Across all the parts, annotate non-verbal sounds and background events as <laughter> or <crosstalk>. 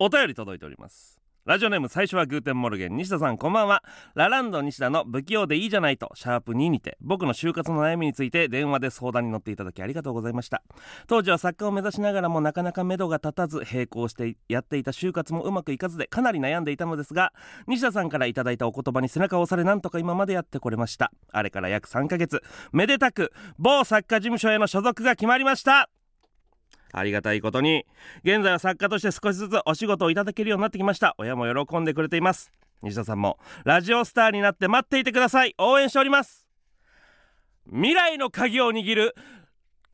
お便り届いておりますラジオネーム最初はグーテンモルゲン西田さんこんばんはラランド西田の不器用でいいじゃないとシャープ2にて僕の就活の悩みについて電話で相談に乗っていただきありがとうございました当時は作家を目指しながらもなかなか目処が立たず並行してやっていた就活もうまくいかずでかなり悩んでいたのですが西田さんからいただいたお言葉に背中を押されなんとか今までやってこれましたあれから約3ヶ月めでたく某作家事務所への所属が決まりましたありがたいことに現在は作家として少しずつお仕事をいただけるようになってきました親も喜んでくれています西田さんもラジオスターになって待っていてください応援しております未来の鍵を握る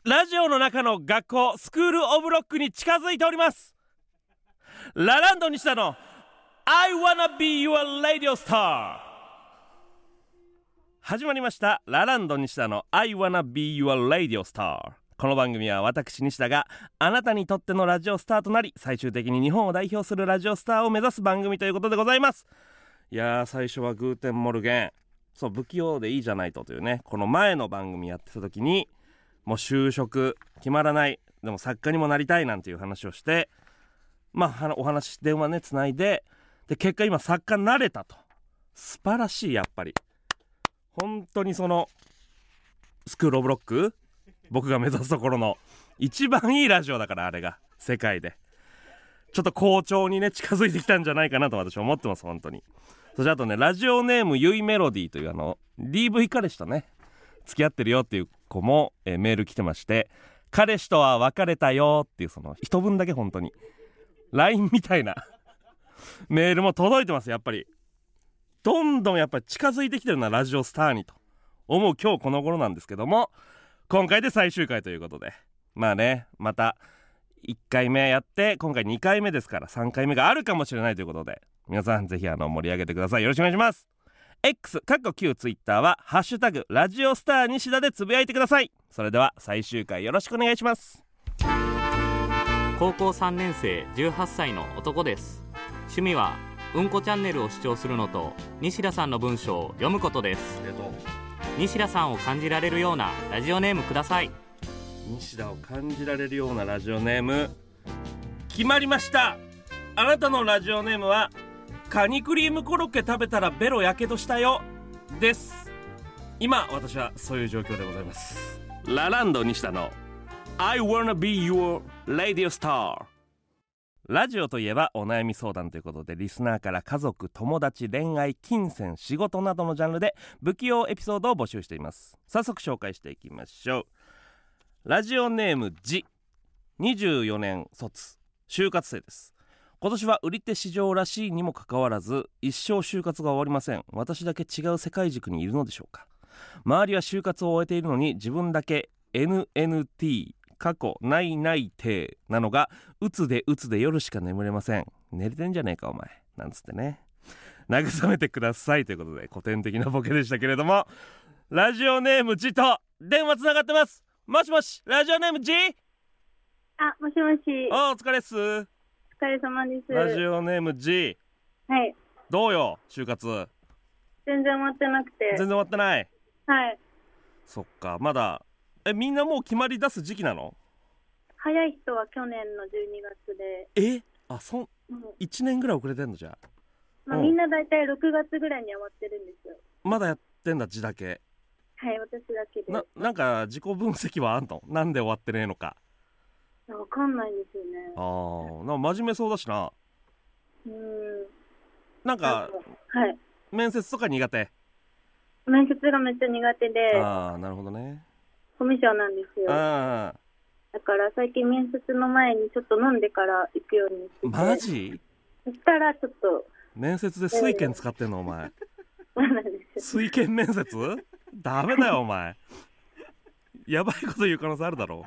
ラジオの中の学校スクールオブロックに近づいておりますラランド西田の I wanna be your radio star 始まりましたラランド西田の I wanna be your radio star この番組は私西田があなたにとってのラジオスターとなり最終的に日本を代表するラジオスターを目指す番組ということでございますいやー最初はグーテンモルゲンそう不器用でいいじゃないとというねこの前の番組やってた時にもう就職決まらないでも作家にもなりたいなんていう話をしてまあはなお話電話ねつないでで結果今作家になれたと素晴らしいやっぱり本当にそのスクール・オブ・ロック僕が目指すところの一番いいラジオだからあれが世界でちょっと好調にね近づいてきたんじゃないかなと私は思ってます本当にそしてあとねラジオネームゆいメロディーというあの DV 彼氏とね付き合ってるよっていう子も、えーメール来てまして彼氏とは別れたよっていうその一文だけ本当に LINE みたいなメールも届いてますやっぱりどんどんやっぱり近づいてきてるなラジオスターにと思う今日この頃なんですけども今回で最終回ということでまあねまた1回目やって今回2回目ですから3回目があるかもしれないということで皆さんぜひあの盛り上げてくださいよろしくお願いします X かっこ Q ツイッターは「ハッシュタグラジオスター西田」でつぶやいてくださいそれでは最終回よろしくお願いします高校3年生18歳の男です趣味はうんこチャンネルを視聴するのと西田さんの文章を読むことです西田さんを感じられるようなラジオネームください西田を感じられるようなラジオネーム決まりましたあなたのラジオネームはカニクリームコロッケ食べたらベロやけどしたよです今私はそういう状況でございますラランド西田の I wanna be your radio star ラジオといえばお悩み相談ということでリスナーから家族友達恋愛金銭仕事などのジャンルで不器用エピソードを募集しています早速紹介していきましょうラジオネームジ24年卒就活生です今年は売り手市場らしいにもかかわらず一生就活が終わりません私だけ違う世界軸にいるのでしょうか周りは就活を終えているのに自分だけ NNT 過去ないないてなのがうつでうつで夜しか眠れません寝れてんじゃねえかお前なんつってね慰めてくださいということで古典的なボケでしたけれどもラジオネームジと電話つながってますもしもしラジオネームジあ、もしもし、おーお疲れっすお疲れ様です。ラジオネーム G はい、どうよ就活全然終わってなくて全、然終わってないはい、そっかまだえみんなもう決まり出す時期なの早い人は去年の12月で、えあそんうん1年ぐらい遅れてんのじゃあまあ、うんみんな大体6月ぐらいには終わってるんですよ。まだやってんだ字だけはい、私だけで。ななんか自己分析はあんのなんで終わってねえのかわかんないんですよねあ。ーなんか真面目そうだしなうーん。なんなかんかはい。面接とか苦手面接がめっちゃ苦手で、ああなるほどねコミュ障なんですよ。ああだから最近面接の前にちょっと飲んでから行くようにしてて。マジそしたらちょっと、面接で水券使ってんのお前そうなんですよ。水券面接ダメだよお前やばいこと言う可能性あるだろ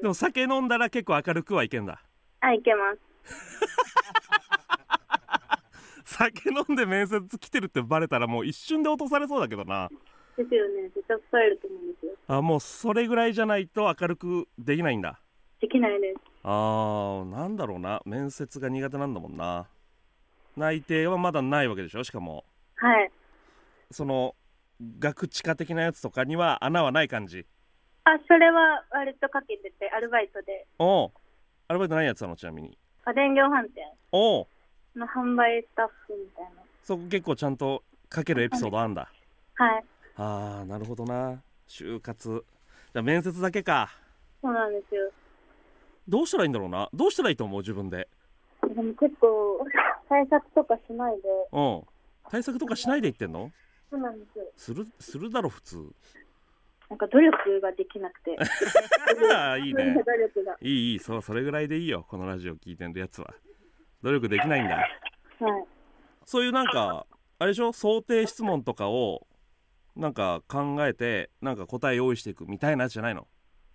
でも酒飲んだら結構明るくはいけんだあ、いけます。酒飲んで面接来てるってバレたらもう一瞬で落とされそうだけどなですよね。絶対腐れると思うんですよ。あもうそれぐらいじゃないと明るくできないんだできないです。あーなんだろうな面接が苦手なんだもんな内定はまだないわけでしょしかもはい。その学知化的なやつとかには穴はない感じあ、それは割とかけてて、アルバイトで。おうアルバイトないやつなのちなみに家電量販店おうの販売スタッフみたいな。そこ結構ちゃんと書けるエピソードあんだはい。あーなるほどな就活じゃあ面接だけかそうなんですよ。どうしたらいいんだろうなどうしたらいいと思う自分ででも結構、対策とかしないで。うん対策とかしないで言ってんのそうなんですよ。するするだろ普通なんか努力ができなくて。ああいいね <laughs> 努力が。いいいいそうそれぐらいでいいよこのラジオ聞いてるやつは努力できないんだはい。そういうなんかあれでしょ想定質問とかをなんか考えてなんか答え用意していくみたいなやつじゃないの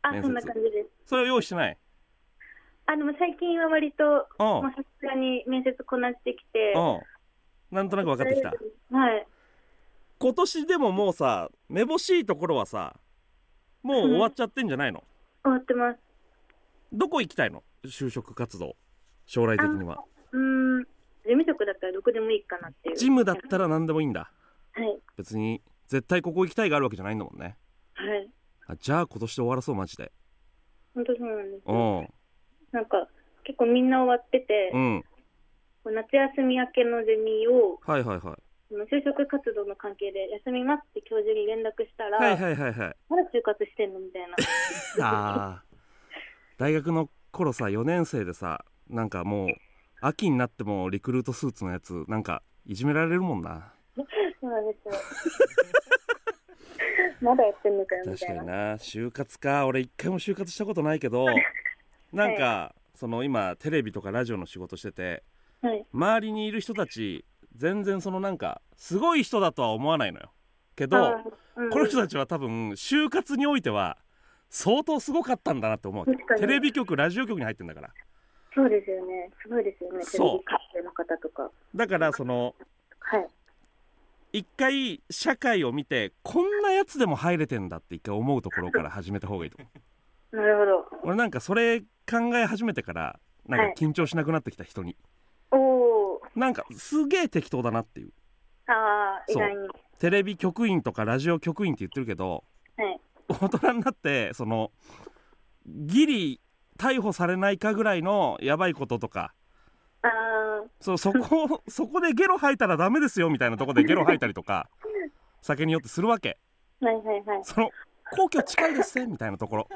あ面、接そんな感じです。それを用意してないあ、でも最近は割と、うもうんさすがに面接こなしてきて。うんなんとなく分かってきたはい。今年でももうさめぼしいところはさもう終わっちゃってんじゃないの、終わってます。どこ行きたいの就職活動将来的にはうーん。事務職だったらどこでもいいかなっていう。ジムだったら何でもいいんだはい。別に絶対ここ行きたいがあるわけじゃないんだもんねはい。あじゃあ今年で終わらそうマジで本当そうなんですうよ。んなんか、結構みんな終わっててう、んこう夏休み明けのゼミを、はいはいはいその就職活動の関係で休みますって教授に連絡したら、はいはいはいはいまだ就活してんのみたい <laughs> な。あー大学の頃さ4年生でさなんかもう秋になってもリクルートスーツのやつなんかいじめられるもんなそうなんですよ。 <laughs> まだやってんのかよみ確たかいな。にな就活か俺一回も就活したことないけどなんか、その今テレビとかラジオの仕事しててはい。周りにいる人たち全然そのなんかすごい人だとは思わないのよけど、あーうんこの人たちは多分就活においては相当すごかったんだなって思うわけ確かにテレビ局ラジオ局に入ってんだからそうですよね。すごいですよね。テレそうビ関係の方とか。だからそのはい。一回社会を見てこんなやつでも入れてんだって一回思うところから始めた方がいいと思うなるほ俺なんかそれ考え始めてからなんか緊張しなくなってきた人に、ど。おお。なんかすげえ適当だなっていうああ、意そう外に。テレビ局員とかラジオ局員って言ってるけどはい。大人になってそのギリ逮捕されないかぐらいのやばいこととかあそそこ <laughs> そこでゲロ吐いたらダメですよみたいなとこでゲロ吐いたりとか酒によってするわけあ、はいはいはい。その皇居近いですねみたいなところ <laughs>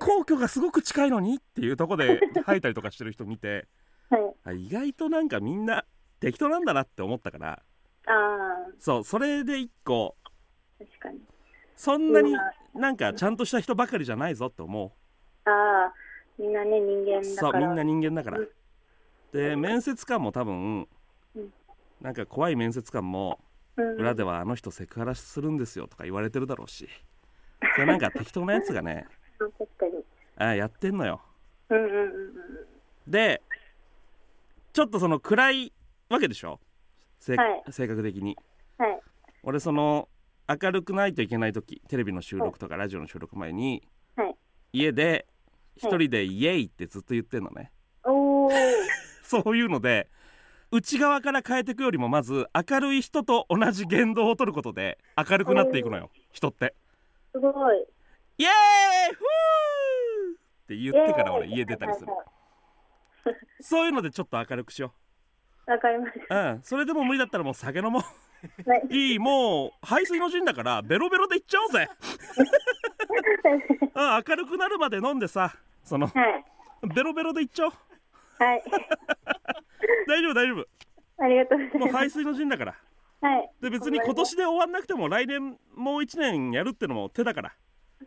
皇居がすごく近いのにっていうとこで吐いたりとかしてる人見てはい。あ意外となんかみんな適当なんだなって思ったからあそうそれで一個あ、確かに。そんなになんかちゃんとした人ばかりじゃないぞって思ああ、みんなね、人間うだそうかみら。んな人間だからうんで面接官も多分うんなんか怖い面接官もうん、裏ではあの人セクハラするんですよとか言われてるだろうしそれなんか適当なやつがね <laughs> うん確かに。あやってんのようんうんうんうん。でちょっとその暗いわけでしょ、せはい性格的にはい。俺その明るくないといけない時テレビの収録とかラジオの収録前に、はい家で一はい人で「イエイ!」ってずっと言ってんのね、おお。そういうので内側から変えていくよりもまず明るい人と同じ言動を取ることで明るくなっていくのよ人ってすご <laughs> い。 「イエーイフー!」って言ってから俺イエーイ家出たりするはいはいそういうのでちょっと明るくしよわかりまし <laughs> ううんそれでも無理だったらもう酒飲もうた。はい。いいもう排水の陣だからベロベロでいっちゃおうぜうん明るくなるまで飲んでさそのはい。ベロベロでいっちゃおうはい。 <laughs> 大丈夫大丈夫ありがとうござもういます。排水の陣だからはい。で別に今年で終わんなくても来年もう1年やるってのも手だか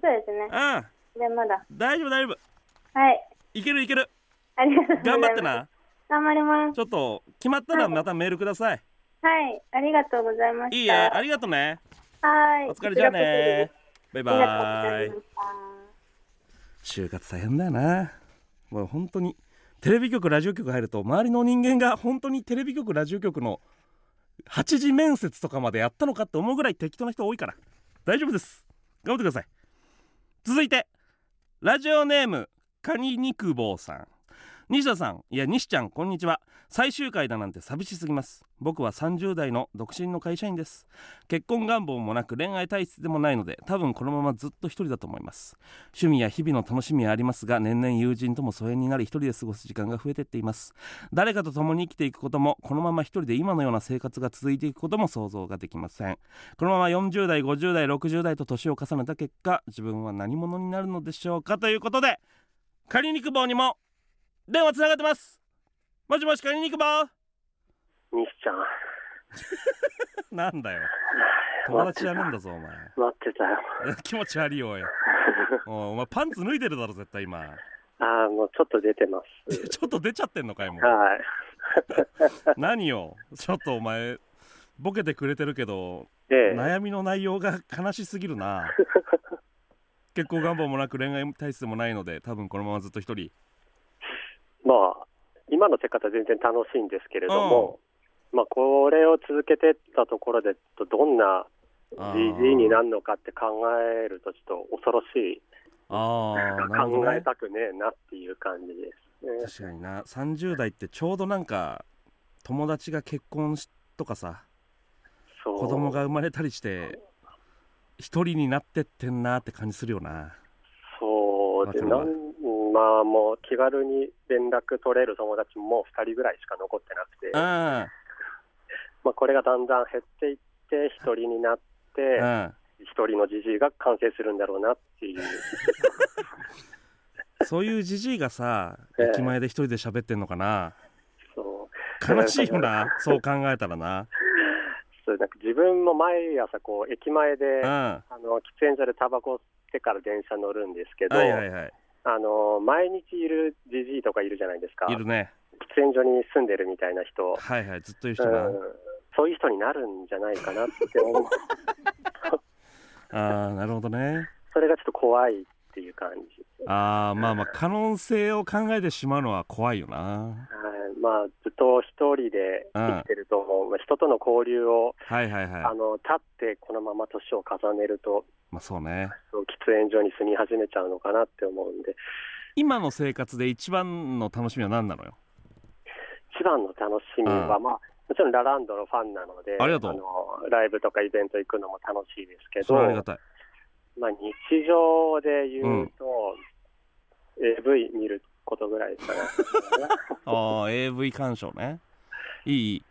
そうですね。らうんじゃあまだ。大丈夫大丈夫はい。いけるいけるありがとうござい頑ます。張って。な頑張ります。ちょっと決まったらまたメールくださいはい。ありがとうございました。いいやありがとうねはい。お疲れじゃあねバイこちらこそです。ありがとうござバいイました。就活大変だよなもう本当にテレビ局ラジオ局入ると周りの人間が本当にテレビ局ラジオ局の8時面接とかまでやったのかって思うぐらい適当な人多いから大丈夫です頑張ってください続いてラジオネームカニ肉棒さん西田さんいや西ちゃんこんにちは最終回だなんて寂しすぎます僕は30代の独身の会社員です結婚願望もなく恋愛体質でもないので多分このままずっと一人だと思います趣味や日々の楽しみはありますが年々友人とも疎遠になり一人で過ごす時間が増えてっています誰かと共に生きていくこともこのまま一人で今のような生活が続いていくことも想像ができませんこのまま40代50代60代と年を重ねた結果自分は何者になるのでしょうかということで仮肉棒にも電話つながってますもしもし仮肉棒 <laughs> 西ちゃん、なんだよ友達じゃねえんだぞお前 <laughs> 待ってたよ。気持ち悪いよおいおいお前パンツ脱いでるだろ絶対今 <laughs> ああ、もうちょっと出てます。ちょっと出ちゃってんのかいもうはい。何よちょっとお前ボケてくれてるけどで、悩みの内容が悲しすぎるな結婚願望もなく恋愛体質でもないので多分このままずっと一人まあ、今の生活は全然楽しいんですけれども、まあ、これを続けてったところで、どんなあ GG になるのかって考えると、ちょっと恐ろしい、ああなるほ考どえねたくねえなっていう感じですね。確かにな30代ってちょうどなんか友達が結婚しとかさそう子供が生まれたりして一人になってってんなって感じするよなそうでわなかるわんまあもう気軽に連絡取れる友達ももう2人ぐらいしか残ってなくて、うんまあ、これがだんだん減っていって一人になって、うん一人のじじいが完成するんだろうなって <laughs> いう、そういうじじいがさええ駅前で一人で喋ってんのかなそう悲しいよなそう考えたらなそうなんか自分も毎朝こう駅前で、うんあはの喫煙所でタバコ吸ってから電車乗るんですけいど、はいはいあの毎日いるじじいとかいるじゃないですか、いるね喫煙所に住んでるみたいな人、はいはいずっといる人な、うん、そういう人になるんじゃないかなって <laughs> 思う、ああなるほどねそれがちょっと怖いっていう感じ。ああまあまあ可能性を考えてしまうのは怖いよなはいまあ、ずっと一人で生きてると思う、まあ人との交流を、はいはいはいあの立ってこのまま年を重ねるとまあそうねそう喫煙所に住み始めちゃうのかなって思うんで今の生活で一番の楽しみは何なのよ一番の楽しみは、うまあ、もちろんラランドのファンなのでありがとうのライブとかイベント行くのも楽しいですけそど、れはありがたいまあ、日常で言うと、AV 見ることぐらいで <laughs> すかね。ああ AV 鑑賞ねいい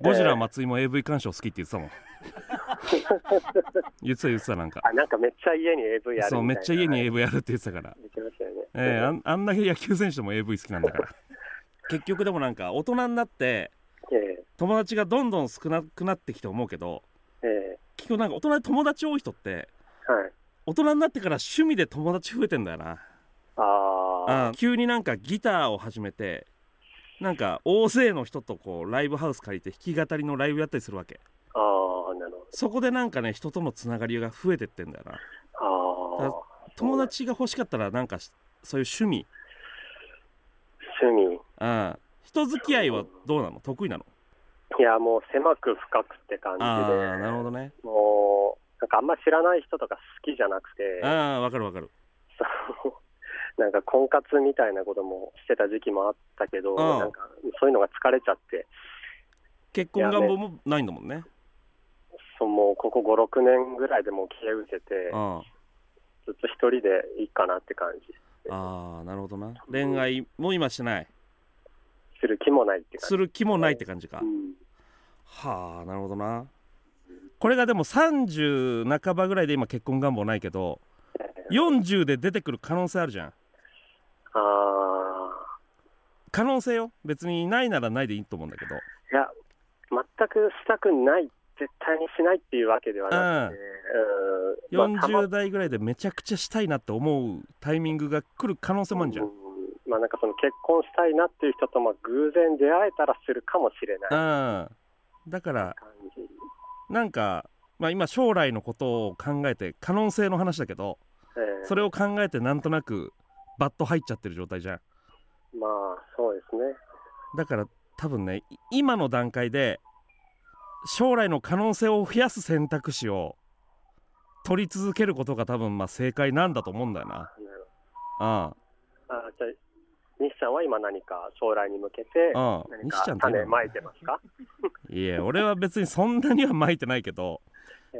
ゴジラ松井も AV 鑑賞好きって言って <laughs> たもん言ってた言ってたなんかあなんかめっちゃ家に AV あるみたいなそうめっちゃ家に AV やるって言ってたからできましたよね。えー、あんあんだけ野球選手でも AV 好きなんだから <laughs> 結局でもなんか大人になってえ友達がどんどん少なくなってきて思うけどええ結局なんか大人で友達多い人ってえはい。大人になってから趣味で友達増えてんだよなあうん急になんかギターを始めてなんか大勢の人とこうライブハウス借りて弾き語りのライブやったりするわけあ、ああ、なるほど。そこでなんかね人とのつながりが増えてってんだよなああ、友達が欲しかったらなんかしそういう趣味趣味。うん人付き合いはどうなの得意なのいや、もう狭く深くって感じで。ああなるほどねもう、なんかあんま知らない人とか好きじゃなくて、ああわかるわかる <laughs> そうなんか婚活みたいなこともしてた時期もあったけど、んなんかそういうのが疲れちゃって、結婚願望もないんだもんねそうもうここ5、6年ぐらいでもう消え失せて、あずっと一人でいいかなって感じ。あーなるほどな恋愛も今してないする気もないって感じ。する気もないって感じかうんはあなるほどなこれがでも30半ばぐらいで今結婚願望ないけど40で出てくる可能性あるじゃんああ、可能性よ別にないならないでいいと思うんだけどいや、全くしたくない、絶対にしないっていうわけではなくて、うんまあたま40代ぐらいでめちゃくちゃしたいなって思うタイミングが来る可能性もあるじゃんうんまあなんかその結婚したいなっていう人とまあ偶然出会えたらするかもしれないうんだから感じ、なんか、まあ、今将来のことを考えて可能性の話だけどええそれを考えてなんとなくバッと入っちゃってる状態じゃんまあそうですねだから多分ねい今の段階で将来の可能性を増やす選択肢を取り続けることが多分まあ正解なんだと思うんだよな。ああじゃあ西さんは今何か将来に向けてあああ何西ちゃかんって種今まいてますかいや俺は別にそんなには巻いてないけど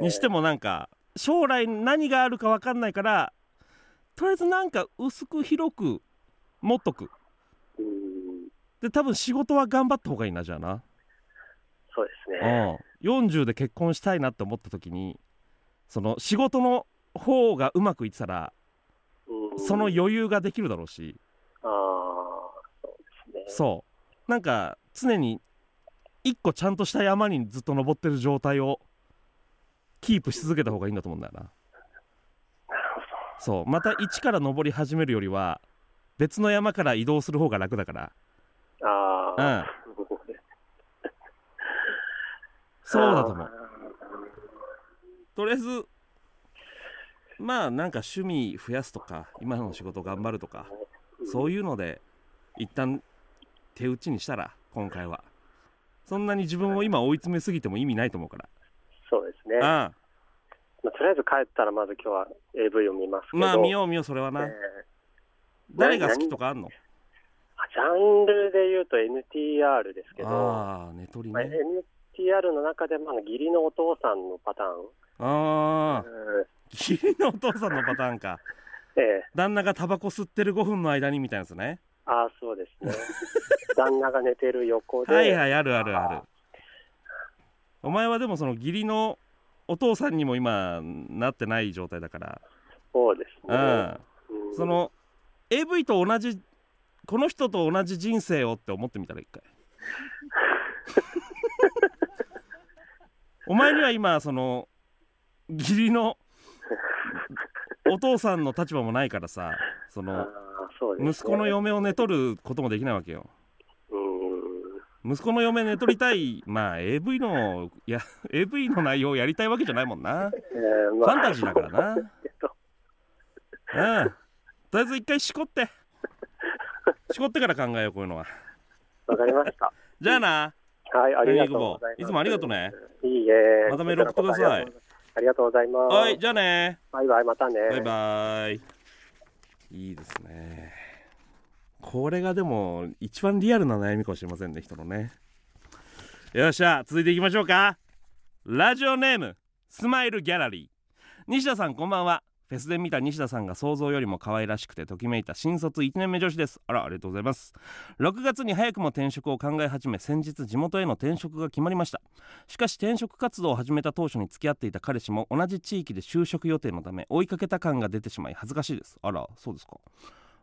にしても、もなんか将来何があるか分かんないからとりあえずなんか薄く広く持っとくえーうんで多分仕事は頑張った方がいいなじゃあな、そうでうすねん、40で結婚したいなって思った時にその仕事の方がうまくいってたらうんその余裕ができるだろうしああそうですねそうなんか常に一個ちゃんとした山にずっと登ってる状態をキープし続けた方がいいんだと思うんだよななるほどそうまた一から登り始めるよりは別の山から移動する方が楽だからああ、うん、そうだと思うとりあえずまあなんか趣味増やすとか今の仕事頑張るとかそういうので一旦手打ちにしたら今回はそんなに自分を今追い詰めすぎても意味ないと思うから <laughs> そうですね、ああまあ、とりあえず帰ったらまず今日は AV を見ますけどまあ見よう見ようそれはえなー誰が好きとかあんのあジャンルで言うと NTR ですけどああネトリまあ、ね NTR の中でもあの義理のお父さんのパターン、ああうん義理のお父さんのパターンかええ旦那がタバコ吸ってる5分の間にみたいなやつねああそうで <laughs> すね旦那が寝てる横で、はいはいあるあるあるお前はでもその義理のお父さんにも今なってない状態だかそうですね、らううんんその AV と同じこの人と同じ人生をって思ってみたら一回お前には今その義理のお父さんの立場もないからさそあのあそうですね息子の嫁を寝取ることもできないわけようん息子の嫁寝取りたいまあ AV のいや AV の内容をやりたいわけじゃないもん <laughs> なええフまあァンタジーだから <laughs> なうんとりどあえず一回しこってしこってから考えようこういうのはわかりましたじゃあなはいありがとうございますいつもありがとうねいいえまたメール送ってくださいありがとうございますはいじゃあねバイバイまたねバイバイいいですねこれがでも一番リアルな悩みかもしれませんね人のねよっしゃ続いていきましょうかラジオネームスマイルギャラリー西田さんこんばんはフェスで見た西田さんが想像よりも可愛らしくてときめいた新卒1年目女子ですあらありがとうございます6月に早くも転職を考え始め先日地元への転職が決まりましたしかし転職活動を始めた当初に付き合っていた彼氏も同じ地域で就職予定のため追いかけた感が出てしまい恥ずかしいですあらそうですか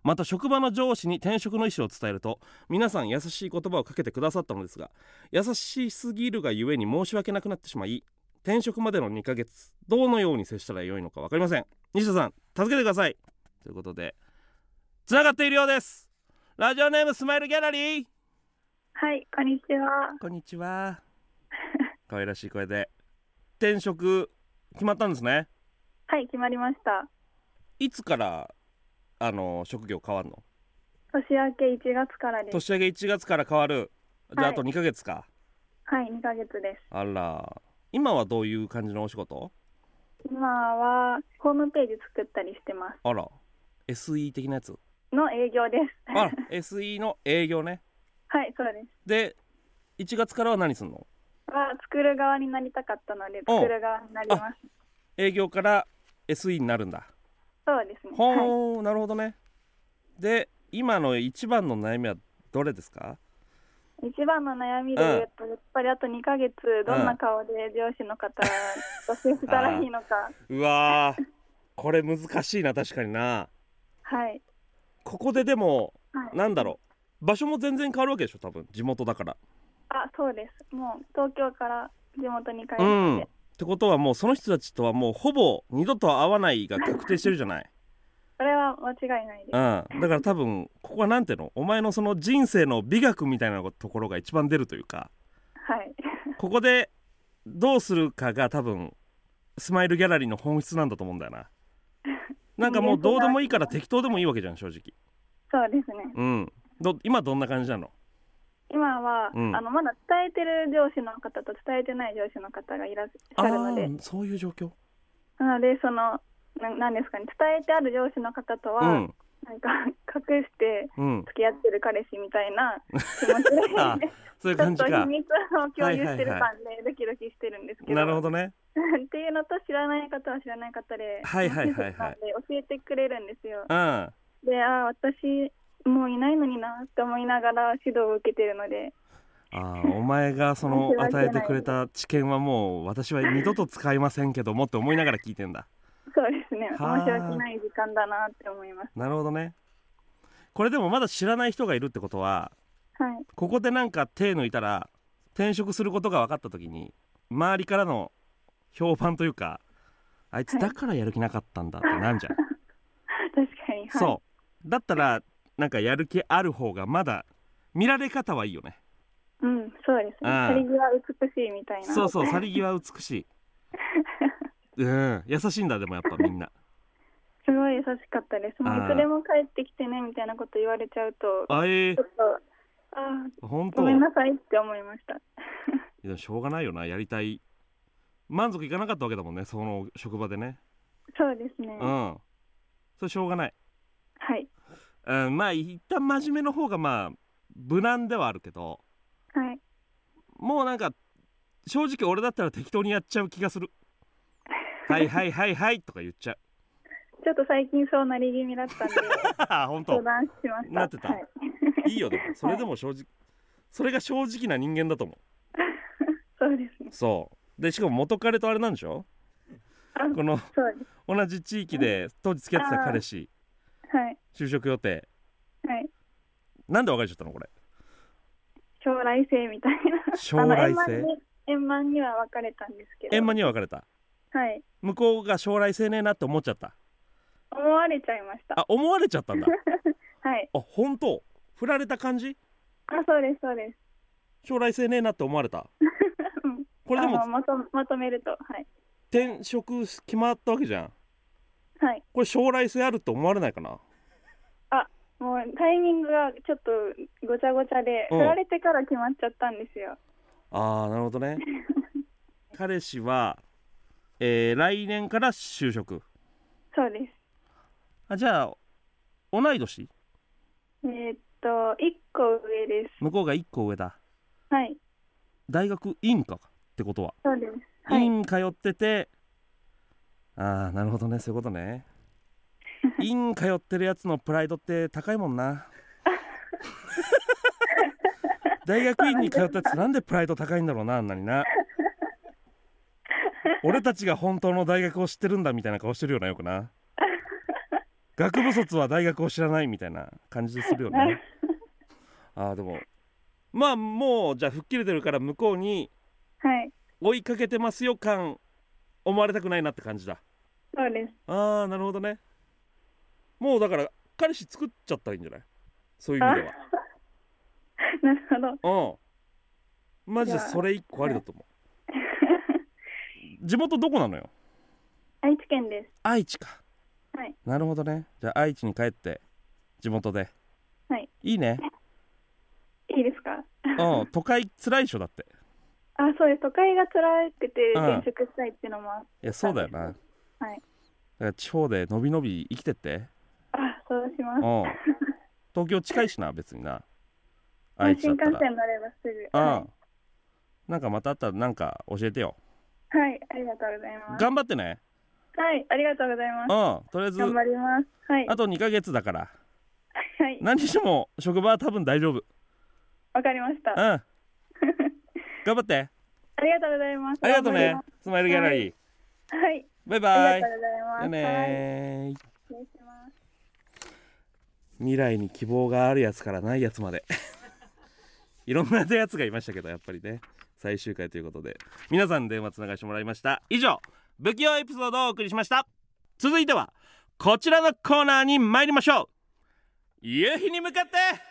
また職場の上司に転職の意思を伝えると皆さん優しい言葉をかけてくださったのですが優しすぎるがゆえに申し訳なくなってしまい転職までの2ヶ月どのように接したらよいのか分かりません西田さん助けてくださいということでつながっているようですラジオネームスマイルギャラリーはい、こんにちは。こんにち <laughs> は。可愛らしい声で。転職決まったんですね。はい、決まりました。いつからあの職業変わるの？年明け1月からです。年明け1月から変わる。じゃあ、はいあと2ヶ月か。はい、2ヶ月です。あら。今はどういう感じのお仕事？今はホームページ作ったりしてまあら。SE 的なやつ。す。の営業です。 <laughs> あら SE の営業ね。はい、そうです。で1月からは何すんの？は作る側になりたかったので、お作る側になります。営業から SE になるんだ。そうですね。はい、ほー、なるほどね。で今の一番の悩みはどれですか？一番の悩みで言うと、やっぱりあと2ヶ月、どんな顔で上司の方と接したらいいのか。うわーこれ難しいな確かになはい。ここででもはい、なんだろう場所も全然変わるわけでしょ多分地元だからあ、そうです。もう東京から地元に帰って、うんってことはもうその人たちとはもうほぼ二度と会わないが確定してるじゃないそれは間違いないでうんす。だから多分ここはなんていうのお前のその人生の美学みたいなところが一番出るというかはい。 <laughs> ここでどうするかが多分スマイルギャラリーの本質なんだと思うんだよななんかもうどうでもいいから適当でもいいわけじゃん正直そうですね。うん、ど今どんな感じなの今は、うんあのまだ伝えてる上司の方と伝えてない上司の方がいらっしあゃるのでーそういう状況なのでそのななんですかね伝えてある上司の方とは、うんなんか <laughs> 隠してうん付き合ってる彼氏みたいな気持 <laughs> ちあでそういうちょ感っじと秘か密を共有してるはいはいはい感じでドキドキしてるんですけどなるほどね <laughs> っていうのと知らない方は知らない方ではいはいはいはい親切なんで教えてくれるんですようんでああ私もういないのになって思いながら指導を受けてるのであーお前がその与えてくれた知見はもう私は二度と使いませんけどもって思いながら聞いてんだそうですねはあ面白くない時間だなって思いますなるほどねこれでもまだ知らない人がいるってことははいここでなんか手抜いたら転職することが分かった時に周りからの評判というかあいつだからやる気なかったんだってなん <laughs> じゃん、確かに、はい、そうだったらなんかやる気ある方がまだ見られ方はいいよねううんそうですねああ去り際美しいみたいなそう <laughs> そう去り際美しいうん優しいんだでもやっぱみ <laughs> んなすごい優しかったですもうああいつでも帰ってきてねみたいなこと言われちゃうとあえちょっとああー、本当ごめんなさいって思いましたいやしょうがないよなやりたい満足いかなかったわけだもんねその職場でねそうですね、うはんそれしょうがない、いうん、まあ一旦真面目の方がまあ無難ではあるけどはいもうなんか正直俺だったら適当にやっちゃう気が <laughs> するはいはいはいはいとか言っちゃう <laughs> ちょっと最近そうなり気味だったんであ本相当談しましたなってたはいい、 <laughs> いよでもそれでも正直それが正直な人間だと思そうですねうそうでしかも元彼とあれなんでしょあこのそうです同じ地域で当時付き合ってた彼氏はい就職予定はいなんで別れちゃったのこれ将来性みたいな将来性あの円満に円満には別れたんですけど円満には別れたはい向こうが将来性ねえなって思っちゃった思われちゃいましたあ思われちゃ <laughs> ったんだはいあ本当振られた感じあそうですそうです将来性ねえなって思われたうんこれでもあのまとまとめるとはい転職決まったわけじゃんはいこれ将来性あるって思われないかなもうタイミングがちょっとごちゃごちゃでうん振られてから決まっちゃったんですよあーなるほど <laughs> ね彼氏は、えー来年から就職そうですあじゃあ同い年えーっと一個上です向こうが1個上だはい大学院かってことは、そうですはい院通っててああなるほどねそういうこと <laughs> ね院通ってるやつのプライドって高いもん <laughs> な大学院に通ったやつなんでプライド高いんだろうなあんなにな俺たちが本当の大学を知ってるんだみたいな顔してるよなよくな学部卒は大学を知らないみたいな感じするよ <laughs> なるねあーでもまあもうじゃあ吹っ切れてるから向こうにはい追いかけてますよ感思われたくないなって感じだそうです <laughs> ああなるほどねもうだから彼氏作っちゃったらいいんじゃないそういう意味でなるほどはうんマジでじゃあそれ一個ありだと思う地元どこなのよ愛知県です愛知かはいなるほどねじゃあ愛知に帰って地元ではいいいねいいですかうん都会つらいでしょだってあそうです都会が辛くてうん転職したいっていうのもあいやそうだよな、はだいから地方でのびのび生きてってあそうしまうすん東京近いしな別になまあ愛知新だっ幹たら線乗ればすぐうん。なんかまたあったらなんか教えてよ。はいありがとうございます頑張ってね。はいありがとうございまうん。すとりあえず頑張ります。はい。あと2ヶ月だから。はい。何にしても職場は多分大丈夫。うん。わかりました。あ頑張って。りがとうございます。ありがとうね。スマイルギャラリー。はい。バイあバイ。じりがゃとうござあいます。はい。ねー失礼します。未来に希望があるやつからないやつまで <laughs> いろんなやつがいましたけどやっぱりね最終回ということで皆さん電話つながしてもらいました以上不器用エピソードをお送りしました続いてはこちらのコーナーに参りましょう夕日に向かってバカ野郎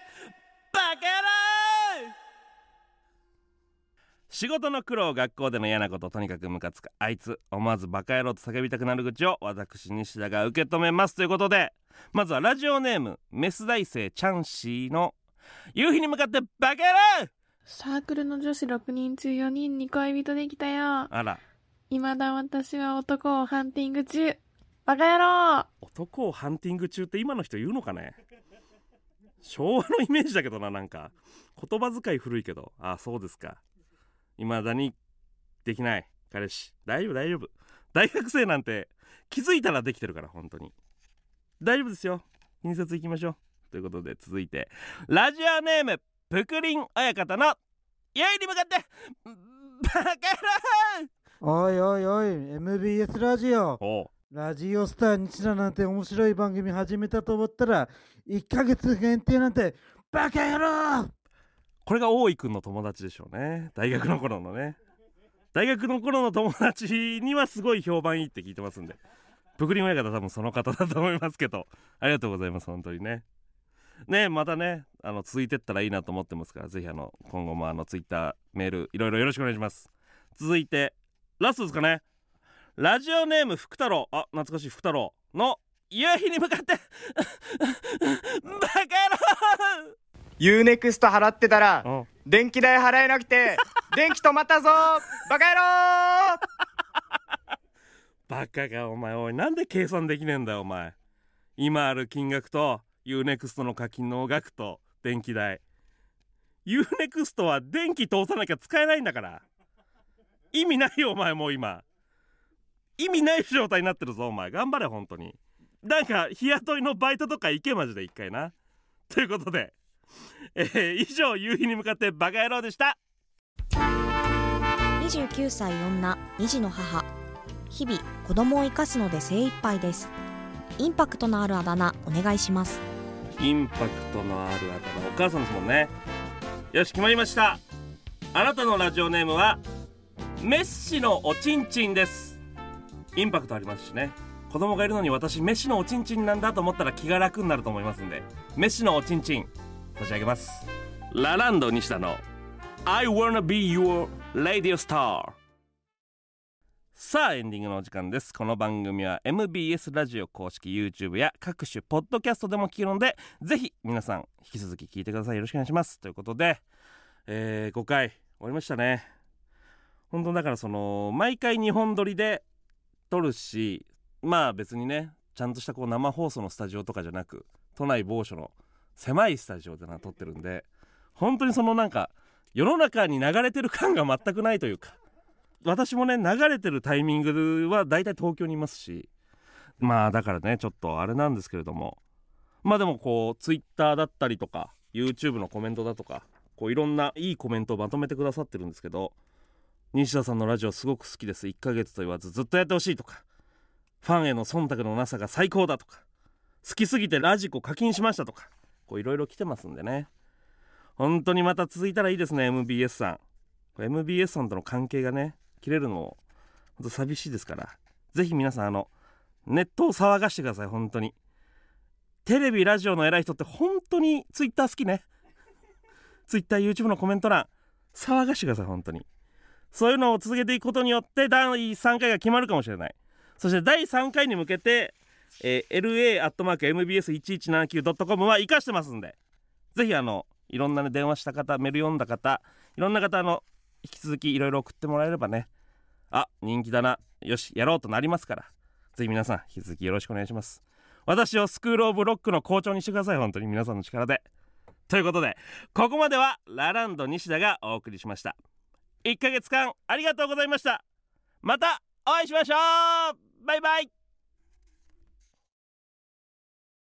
仕事の苦労学校での嫌なこととにかくムカつくあいつ思わずバカ野郎と叫びたくなる口を私西田が受け止めますということでまずはラジオネームメス大生チャンシーの夕日に向かってバカ野郎サークルの女子6人中4人に恋人できたよ。あら未だ私は男をハンティング中。バカ野郎男をハンティング中って今の人言うのかね昭和のイメージだけどななんか言葉遣い古いけどあそうですか未だにできない彼氏大丈夫大丈夫大学生なんて気づいたらできてるから本当に大丈夫ですよ印刷行きましょうということで続いてラジオネームぷくりん親方の「家に向かってバカ野郎!おいおいおい MBS ラジオ」おうラジオスター日らなんて面白い番組始めたと思ったら1ヶ月限定なんてバカ野郎これが大井くんの友達でしょうね大学の頃のね大学の頃の友達にはすごい評判いいって聞いてますんでぷくりん親方多分その方だと思いますけどありがとうございます本当にねねまたねあの続いてったらいいなと思ってますからぜひあの今後もあのツイッターメールいろいろよろしくお願いします続いてラストですかねラジオネーム福太郎あ懐かしい福太郎の夕日に向かってバカ野郎 UNEXT 払ってたらうん電気代払えなく <laughs> て電気止まったぞバカ野郎バカがお前おいなんで計算できねえんだよお前今ある金額と UNEXT の課金の額と電気代 UNEXT は電気通さなきゃ使えないんだから意味ないよお前もう今意味ない状態になってるぞお前頑張れ本当になんか日雇いのバイトとか行けマジで一回なということで、えー以上夕日に向かってバカ野郎でした29歳女2児の母日々子供を生かすので精一杯ですインパクトのあるあだ名お願いしますインパクトのあるあたのお母さんですもんねよし決まりましたあなたのラジオネームはメッシのおちんちんですインパクトありますしね子供がいるのに私メッシのおちんちんなんだと思ったら気が楽になると思いますんでメッシのおちんちん差し上げますラランド西田の I wanna be your radio star さあエンディングのお時間ですこの番組は MBS ラジオ公式 YouTube や各種ポッドキャストでも聞けるのでぜひ皆さん引き続き聞いてくださいよろしくお願いしますということで、え5回終わりましたね本当だからその毎回2本撮りで撮るしまあ別にねちゃんとしたこう生放送のスタジオとかじゃなく都内某所の狭いスタジオでな撮ってるんで本当にそのなんか世の中に流れてる感が全くないというか私もね流れてるタイミングは大体東京にいますしまあだからねちょっとあれなんですけれどもまあでもこうツイッターだったりとか YouTube のコメントだとかこういろんないいコメントをまとめてくださってるんですけど西田さんのラジオすごく好きです1ヶ月と言わずずっとやってほしいとかファンへの忖度のなさが最高だとか好きすぎてラジコ課金しましたとかこういろいろ来てますんでね本当にまた続いたらいいですね MBS さんこれ MBS さんとの関係がね切れるのも本当寂しいですからぜひ皆さんあのネットを騒がしてください本当にテレビラジオの偉い人って本当にツイッター好きねツイッター YouTube のコメント欄騒がしてください本当にそういうのを続けていくことによって第3回が決まるかもしれないそして第3回に向けて、えー LA.MBS1179.com は活かしてますんでぜひあのいろんなね電話した方メール読んだ方いろんな方あの引き続きいろいろ送ってもらえればねあ人気だなよしやろうとなりますからぜひ皆さん引き続きよろしくお願いします私をスクール・オブ・ロックの校長にしてください本当に皆さんの力でということでここまではラランド西田がお送りしました1ヶ月間ありがとうございましたまたお会いしましょうバイバイ